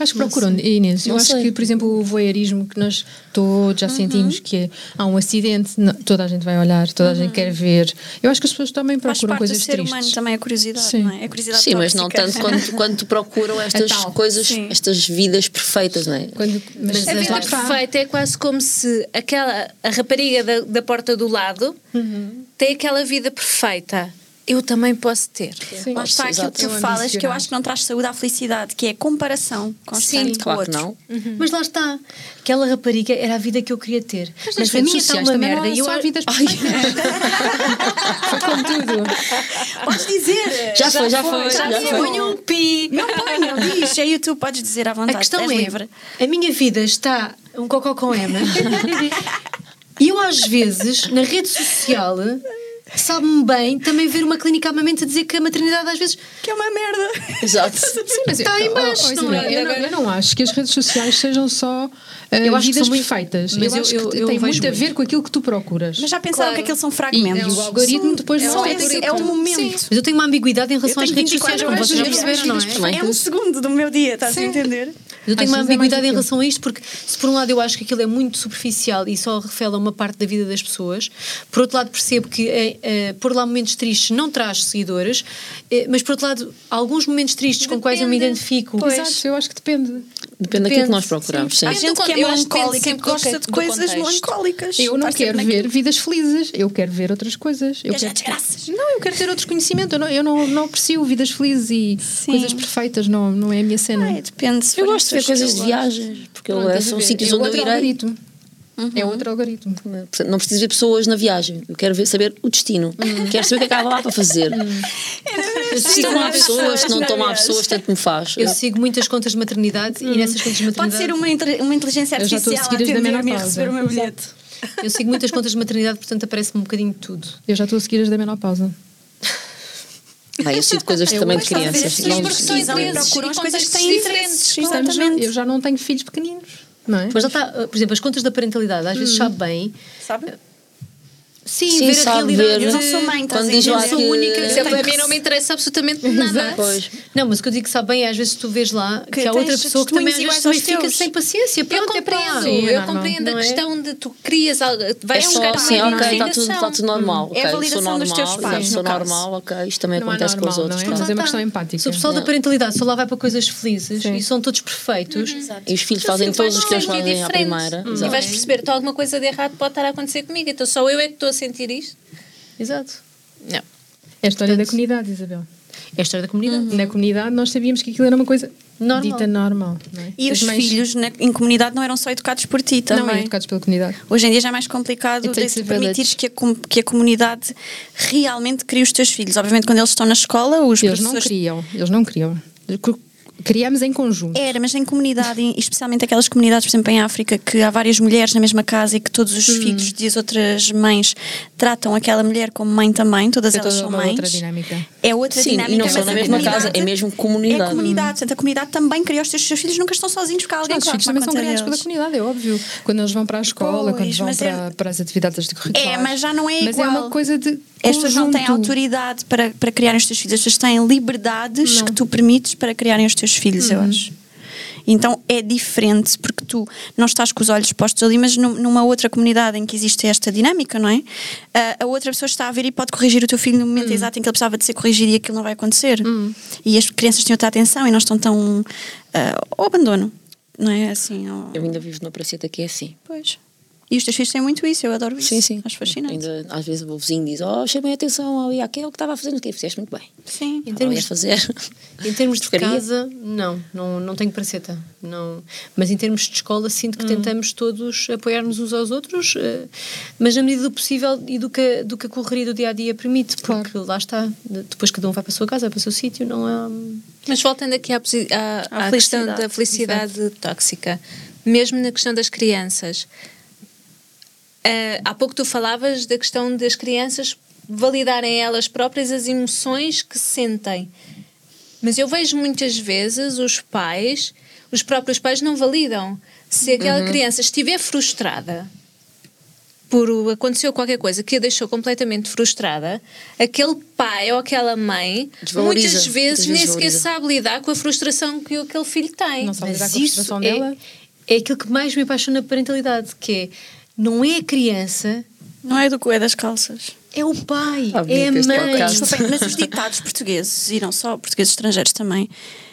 Acho que procuram, Inês. Eu Não acho sei. que, por exemplo, o voyeurismo que nós todos Uhum. já sentimos que é, há um acidente, não- toda a gente vai olhar, toda a Uhum. gente quer ver. Eu acho que as pessoas também Faz procuram parte do coisas ser tristes. humano também a curiosidade, Sim. não é? A curiosidade Sim, mas não tanto tóxica. quanto, quanto procuram estas tal, coisas, sim. estas vidas perfeitas, não é? Quando, mas, A mas lá vida está. perfeita é quase como se aquela, a rapariga da, da porta do lado tem aquela vida perfeita. Eu também posso ter. Lá está Exato. aquilo que É tu um falas, que eu ambicionar. acho que não traz saúde à felicidade, que é a comparação constante com o Claro que outro. não. Mas lá está. Aquela rapariga era a vida que eu queria ter. Mas Mas a minha está uma também não merda. E há eu só acho- vidas perfeitas. Foi com tudo. Podes dizer! Já, foi, já foi. Já já foi. ponham um pi! Não ponham, diz! É YouTube, podes dizer à vontade. A questão és é, livre. a minha vida está um cocó com Emma. e eu, às vezes, na rede social, sabe-me bem também ver uma clínica amamente a dizer que a maternidade, às vezes, Que é uma merda! Exato. está em baixo, não é? Eu, não, eu não acho que as redes sociais sejam só eh, Eu acho que vidas são muito- perfeitas. mas eu, eu- acho eu- que tem eu vejo muito a muito. é um ver com aquilo que tu procuras. Mas já pensaram Claro. que aqueles são e, e fragmentos? o algoritmo depois É, não um- é o momento. Mas eu tenho uma ambiguidade em relação às tenho redes 24 sociais, como horas vocês já de vida. perceberam, não é? Também. É um segundo do meu dia, estás a entender? Eu tenho Às vezes é uma mais ambiguidade difícil. em relação a isto, porque se por um lado eu acho que aquilo é muito superficial e só refela uma parte da vida das pessoas, por outro lado percebo que eh, eh, por lá momentos tristes não traz seguidores, eh, mas por outro lado alguns momentos tristes com quais eu me Depende. identifico. Exato, eu acho que depende. Depende daquilo que nós procuramos. Há Sim. gente que é Eu acho que depende melancólica e sempre que do gosta contexto, de do coisas contexto. melancólicas. Eu não Estás sempre quero naquele- ver vidas felizes, eu quero ver outras coisas. Eu Queres ver quero... desgraças? Não, eu quero ter outros conhecimentos. Eu não, eu não, não aprecio vidas felizes e coisas perfeitas, não, não é a minha cena. Ai, depende. se Eu forem gosto de ver pessoas coisas que de eu viagens, porque Pronto, eu- estás a são ver? sítios é onde eu outro irei. algoritmo. É outro algoritmo. Portanto, Não preciso ver pessoas na viagem. Eu quero ver, saber o destino. Quero saber o que acaba lá para fazer. Se estão lá pessoas, se não estão lá pessoas, tanto me faz. Eu sigo muitas contas de maternidade e nessas contas de gosto. Pode maternidade. ser uma, inter- uma inteligência Eu já estou a artificial a seguir as da atender-me e a menopausa. receber o meu bilhete. Eu sigo muitas contas de maternidade, portanto aparece-me um bocadinho de tudo. Eu já estou a seguir as da menopausa. Bem, eu sinto coisas também de Mas talvez crianças. as pessoas Não- profissões precisam e interesses procuram e as coisas que têm contextos interesses. Estamos na- Exatamente. eu já não tenho filhos pequeninos, não é? Pois lá está, tá, eh, por exemplo, as contas da parentalidade, às vezes sabe bem. Sabe? Sim, Sim, ver a sabe realidade. ver. Eu não sou mãe, estás Quando a diz entender? lá Eu sou que- única. Por eu exemplo, tenho é a mim que- não me interessa absolutamente nada. Pois. Não, mas o que eu digo que sabe bem é às vezes tu vês lá que, Que há tens outra pessoa que também testemunhos às vezes iguais também aos fica teus. sem paciência. Eu Pronto, é pá. compreendo, Sim, é eu normal, compreendo a não é? questão de tu crias algo, um É vais só buscar assim, uma ok, está tudo, tá validação. tudo normal. É a ok, sou validação normal, dos teus pais, já sou no caso. normal, ok, isto também Não é acontece com os normal, outros. não é? pronto. Mas é uma Tá. questão empática. Se o pessoal da parentalidade só lá vai para coisas felizes Sim. e são todos perfeitos, E os filhos fazem todos os que eles Sentir fazem à um diferente. primeira. E Exato. vais perceber, estou alguma coisa de errado pode estar a acontecer comigo, então só eu é que estou a sentir isto. exato. Não. É a história da comunidade, Isabel. Uhum. É a história da comunidade. Na comunidade nós sabíamos que aquilo era uma coisa Normal. dita normal, não é? E Mas os filhos na- em comunidade não eram só educados por ti não eram também. educados pela comunidade. Hoje em dia já é mais complicado It takes de a village. permitires que a, com- que a comunidade realmente crie os teus filhos. Obviamente, quando eles estão na escola, os Eles não professores. criam, eles não criam. Criamos em conjunto. Era, mas em comunidade, e especialmente aquelas comunidades, por exemplo, em África, que há várias mulheres na mesma casa e que todos os Hum. filhos de as outras mães tratam aquela mulher como mãe também, todas É elas toda são uma mães. outra dinâmica. É outra Sim, dinâmica. e não são mas na a mesma comunidade casa, é mesmo comunidade. É a comunidade, portanto, a comunidade também cria os teus, seus filhos, nunca estão sozinhos, porque há Os alguém que nossos vai filhos tomar também são conta criados pela deles. comunidade, é óbvio. Quando eles vão para a escola, Pois, quando vão mas para, é- para as atividades de curriculares. É, mas já não é Mas é igual. uma coisa de As pessoas não têm conjunto. autoridade para, para Uhum. criarem os teus filhos, as pessoas têm liberdades que tu permites para criarem os teus filhos, eu acho. Então é diferente porque tu não estás com os olhos postos ali, mas num- numa outra comunidade em que existe esta dinâmica, não é? Ah, a outra pessoa está a ver e pode corrigir o teu filho no Uhum. momento exato em que ele precisava de ser corrigido e aquilo não vai acontecer. E as crianças têm outra atenção e não estão tão ah, ao abandono, não é? Assim, ao- Eu ainda vivo numa praceta que é assim. Pois. E os teus filhos têm muito isso, eu adoro isso. Sim, sim. Acho fascinante. Ainda, às vezes o vizinho diz: Oh, chamei a atenção ali àquele que estava a fazer, não sei o quê. fizeste muito bem. Sim. Em Termos... termos a fazer. Em termos de Porcaria. casa, não, não, não tenho praceta. Não. Mas em termos de escola, sinto que tentamos todos apoiar-nos uns aos outros, eh, mas na medida do possível e do que, do que a correria do dia a dia permite, porque lá está, de- depois cada um vai para a sua casa, para o seu sítio, não é, hum, há. Mas voltando aqui à, posi- à- À à questão felicidade, da felicidade tóxica, mesmo na questão das crianças, Ah, há pouco tu falavas da questão das crianças validarem elas próprias as emoções que sentem. Mas eu vejo muitas vezes os pais, os próprios pais não validam. Se aquela Uhum. criança estiver frustrada, por o- aconteceu qualquer coisa que a deixou completamente frustrada, aquele pai ou aquela mãe Desvaloriza. muitas Muitas vezes vezes nem sequer desvaloriza. sabe lidar com a frustração que aquele filho tem. Não sabe lidar Mas com a isso frustração dela. é, é aquilo que mais me apaixona na parentalidade, que é, não é a criança, Não é do cu, é das calças. é o pai, Tá Ah, é a bonito este mãe. podcast. Desculpem, mas os ditados portugueses, e não só portugueses estrangeiros também,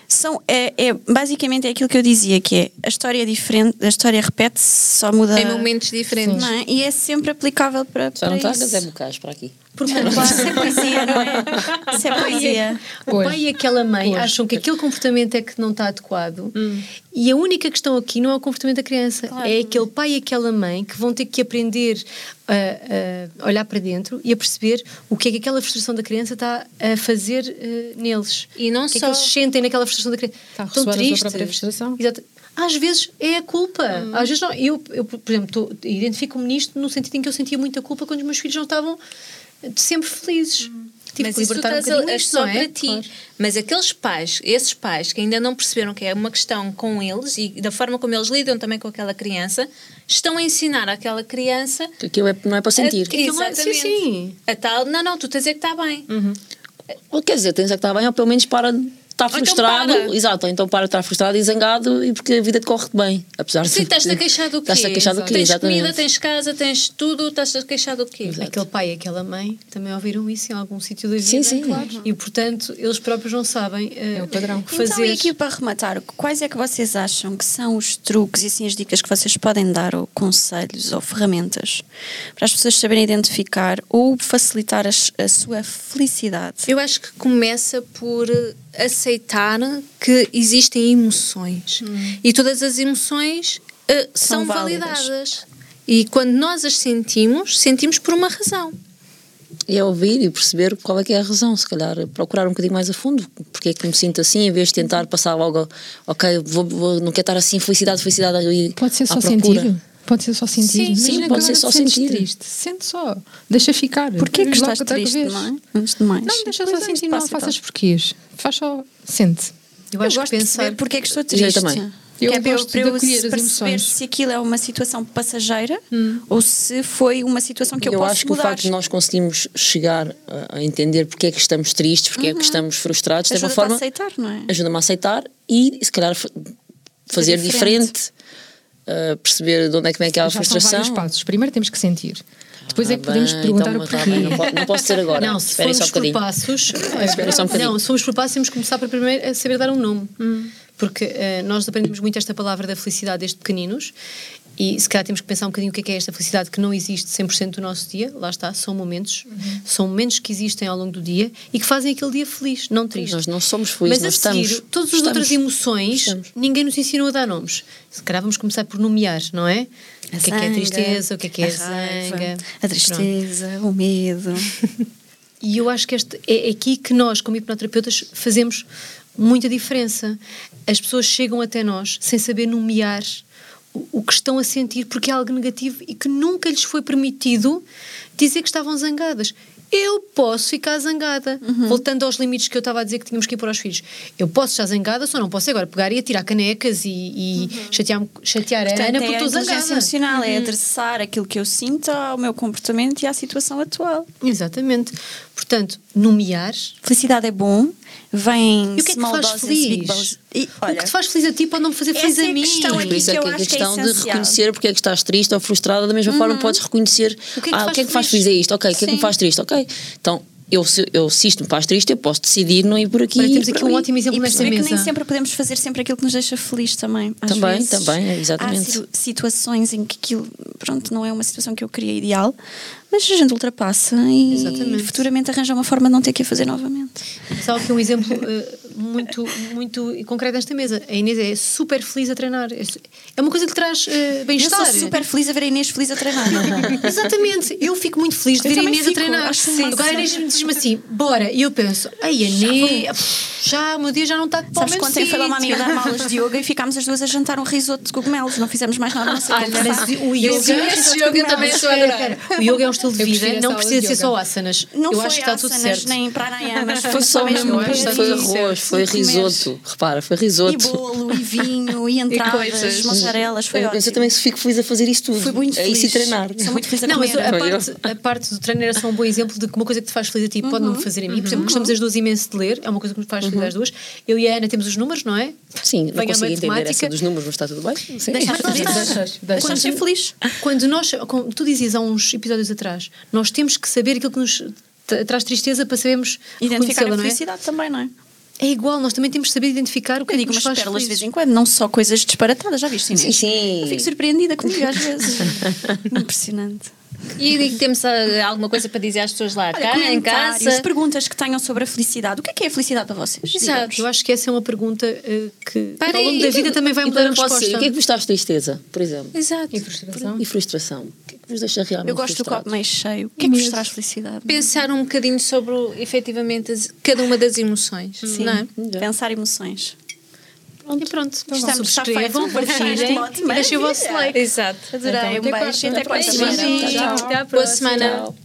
são, é, é- basicamente é aquilo que eu dizia, que é a história é diferente, a história repete-se, só muda... Em momentos diferentes. Não é? E é sempre aplicável para, Só para não tragas é isso. bocage para aqui. Porque o Claro, isso pai, é poesia, não é? Isso é poesia. O Pois. Hum. pai e aquela mãe acham que aquele comportamento é que não está adequado e a única questão aqui não é o comportamento da criança, é aquele pai e aquela mãe que vão ter que aprender a, a olhar para dentro e a perceber o que é que aquela frustração da criança está a fazer eh, neles. E não o só- que é que eles sentem naquela frustração da criança. Está a Tão ressoar a sua tristes. própria frustração. Hum. Exato. Às vezes é a culpa. Às vezes não. Eu, eu, por exemplo, tô- identifico-me nisto no sentido em que eu sentia muita culpa quando os meus filhos não estavam sempre felizes. Hum. Tive mas que isso tu libertar um estás a, bocadinho é isto, só não é? para ti. Claro. Mas aqueles pais, esses pais que ainda não perceberam que é uma questão com eles e da forma como eles lidam também com aquela criança, estão a ensinar àquela criança Que aquilo é, não é para sentir. A, não é- exatamente. sim, sim. A tal, não, não, tu tens é que está bem. Ou quer dizer, tens é que estar bem, ou pelo menos para de estar então frustrado. para. Exato, ou então para de estar frustrado e zangado e porque a vida te corre bem. Apesar de. Sim, estás-te Tipo, a queixar do quê? Estás-te a queixar do quê? Tens Exatamente. comida, tens casa, tens tudo, estás-te a queixar do quê? Exato. Aquele pai e aquela mãe também ouviram isso em algum sítio da vida. Sim, sim. Claro. E, portanto, eles próprios não sabem eh, É o padrão. o que fazer. Então, e aqui para rematar, quais é que vocês acham que são os truques e assim as dicas que vocês podem dar, ou conselhos, ou ferramentas, para as pessoas saberem identificar ou facilitar as- a, sua felicidade? Eu acho que começa por eh, aceitar que existem emoções e todas as emoções eh, Hum. são, São válidas. validadas. E quando nós as sentimos, sentimos por uma razão. E é ouvir e perceber qual é que é a razão, se calhar procurar um bocadinho mais a fundo, porque é que me sinto assim, em vez de tentar passar logo, ok, vou, vou- não quero estar assim, felicidade, felicidade ali. Pode ser à só procura. sentido. Pode ser só sentido. Sim, sim, Imagina pode que ser agora só te sentes sentido. triste. Sente só. Deixa ficar. Porquê que Logo estás outra triste, vez. não é? Antes de mais. Não, deixa Pois só é, sentir, isto não passa e faças passa. porquês. Faz só, sente. Eu Eu acho gosto que de pensar. perceber porque é que estou triste. também. Que Eu é para gosto de para eu acolher as perceber emoções. se aquilo é uma situação passageira ou se foi uma situação que eu, eu posso acho que mudar. o facto de nós conseguirmos chegar a- a entender porque é que estamos tristes, porque é que estamos frustrados, de uma Uhum. Ajuda-te a forma aceitar, não é? ajuda-me a aceitar e se calhar fa- fazer diferente. diferente, ah, perceber de onde é que vem aquela Já são frustração. vários passos. Primeiro temos que sentir. Depois é que Ah, podemos bem, perguntar então, o tá porquê. bem, não, po- não posso ser agora. Não, se Esperem formos só um por bocadinho. passos. eh, Espera só um bocadinho. Hum. Não, se formos por passos, temos que começar por primeiro a saber dar um nome. Porque eh, nós aprendemos muito esta palavra da felicidade desde pequeninos. E se calhar temos que pensar um bocadinho o que é, que é esta felicidade que não existe 100% do nosso dia. Lá está, são momentos. Uhum. São momentos que existem ao longo do dia e que fazem aquele dia feliz, não triste. Nós não somos felizes, Mas a nós seguir, estamos. todas as estamos. outras emoções, Estamos. ninguém nos ensinou a dar nomes. Se calhar vamos começar por nomear, não é? o que é que é Zanga, tristeza, o que é que é a raiva, zanga. A Pronto. tristeza, o medo. E eu acho que este, é aqui que nós, como hipnoterapeutas, fazemos muita diferença. As pessoas chegam até nós sem saber nomear o, o que estão a sentir, porque é algo negativo e que nunca lhes foi permitido dizer que estavam zangadas. Eu posso ficar zangada. Uhum. Voltando aos limites que eu estava a dizer que tínhamos que ir para os filhos. Eu posso estar zangada, só não posso agora pegar e atirar canecas e, e chatear, chatear a Uhum. Portanto, Ana é porque a estou inteligência zangada. emocional, é adressar aquilo que eu sinto ao meu comportamento e à situação atual. Exatamente. Portanto, nomear. Felicidade é bom, vem E o que é que small faz doses, feliz? big doses. E, o olha, que te faz feliz a ti pode não me fazer feliz essa é a a mim. questão aqui. Por isso é que que eu a acho que é questão de essencial. reconhecer porque é que estás triste ou frustrada, da mesma forma podes reconhecer O que é que ah, faz o que é que faz feliz a isto, ok, o que é que me Sim. faz triste, ok. Então, eu, se, eu, se isto me faz triste, eu posso decidir não ir por aqui. Olha, e temos ir aqui por um ali. ótimo exemplo e nesta perceber que mesa. nem sempre podemos fazer sempre aquilo que nos deixa feliz também. Às Também, vezes, também, é, Há exatamente. situ- situações em que aquilo, pronto, não é uma situação que eu queria ideal, mas a gente ultrapassa e Exatamente. futuramente arranja uma forma de não ter que a fazer novamente. Só que um exemplo eh, muito, muito concreto desta mesa. A Inês é super feliz a treinar. É su- É uma coisa que traz eh, Eu bem-estar. sou super feliz a ver a Inês feliz a treinar. Exatamente, eu fico muito feliz de Eu ver a também Inês a fico, treinar. acho Sim. massa. Agora a Inês me diz-me assim, bora. E eu penso, ai Inês, já, o meu dia já não está de Sabes que mesmo ontem foi lá uma sítio." amiga dar aulas de yoga e ficámos as duas a jantar um risoto de cogumelos, não fizemos mais nada, não sei é Olha, como mas fazer. o yoga, é Esse- esse yoga também sou a Espera, adorar. espera. O yoga é um estilo de Eu vida, prefiro não essa precisa aula ser de só yoga. asanas. Não eu foi acho que está tudo asanas, certo. nem pranayamas, Foi só mesmo, um mesmo, acho que foi está tudo arroz, foi E é comer. risoto, repara, foi um E risoto. bolo, e vinho, e entradas, coisas. mozzarellas, foi eu, ótimo. eu também fico feliz a fazer isso tudo. Fui muito É feliz. isso e treinar. Sou muito feliz a Não, comer. mas Foi a eu. parte, a parte do treino era só um bom exemplo de que uma coisa que te faz feliz a ti pode não me fazer a mim. Por exemplo, gostamos as duas imenso de ler, é uma coisa que nos faz feliz às duas. Eu e a Ana temos os números, não é? Sim, Venha não a consigo entender matemática. essa dos números, mas está tudo bem. Sim. Deixar feliz. Deixas, deixas. Deixar ser feliz. Quando nós, como tu dizias há uns episódios atrás, nós temos que saber aquilo que nos tra- traz tristeza para sabermos Identificar reconhecê-la, a não é? felicidade também, não é? É igual, nós também temos que saber identificar o que Eu é que digo nos umas faz pérolas de felizes. vez em quando, não só coisas disparatadas, já viste, Sim, Inês? sim. Eu fico surpreendida comigo às vezes. Impressionante. E digo que temos ah, alguma coisa para dizer às pessoas lá, Olha, cá em comentários, casa. perguntas que tenham sobre a felicidade. O que é que é a felicidade para vocês? Exato. Eu acho que essa é uma pergunta eh, que Para ao longo aí, da e vida que- também vai E mudar a também posso resposta. ser. O que é que vos traz tristeza, por exemplo? Exato. E frustração. E frustração. O que é que vos deixa realmente Eu gosto do frustrados? copo meio cheio. O que é que vos traz felicidade? Pensar um bocadinho sobre, o- efetivamente, as- cada uma das emoções. Sim, Não é? Então pensar emoções. E pronto, então Estamos, está subscrevam, feito. partilhem Ótimo. e deixem o vosso like. Exato. Adorei, um Então, beijo e até a próxima. Beijinho. Tchau. Boa semana. Tchau.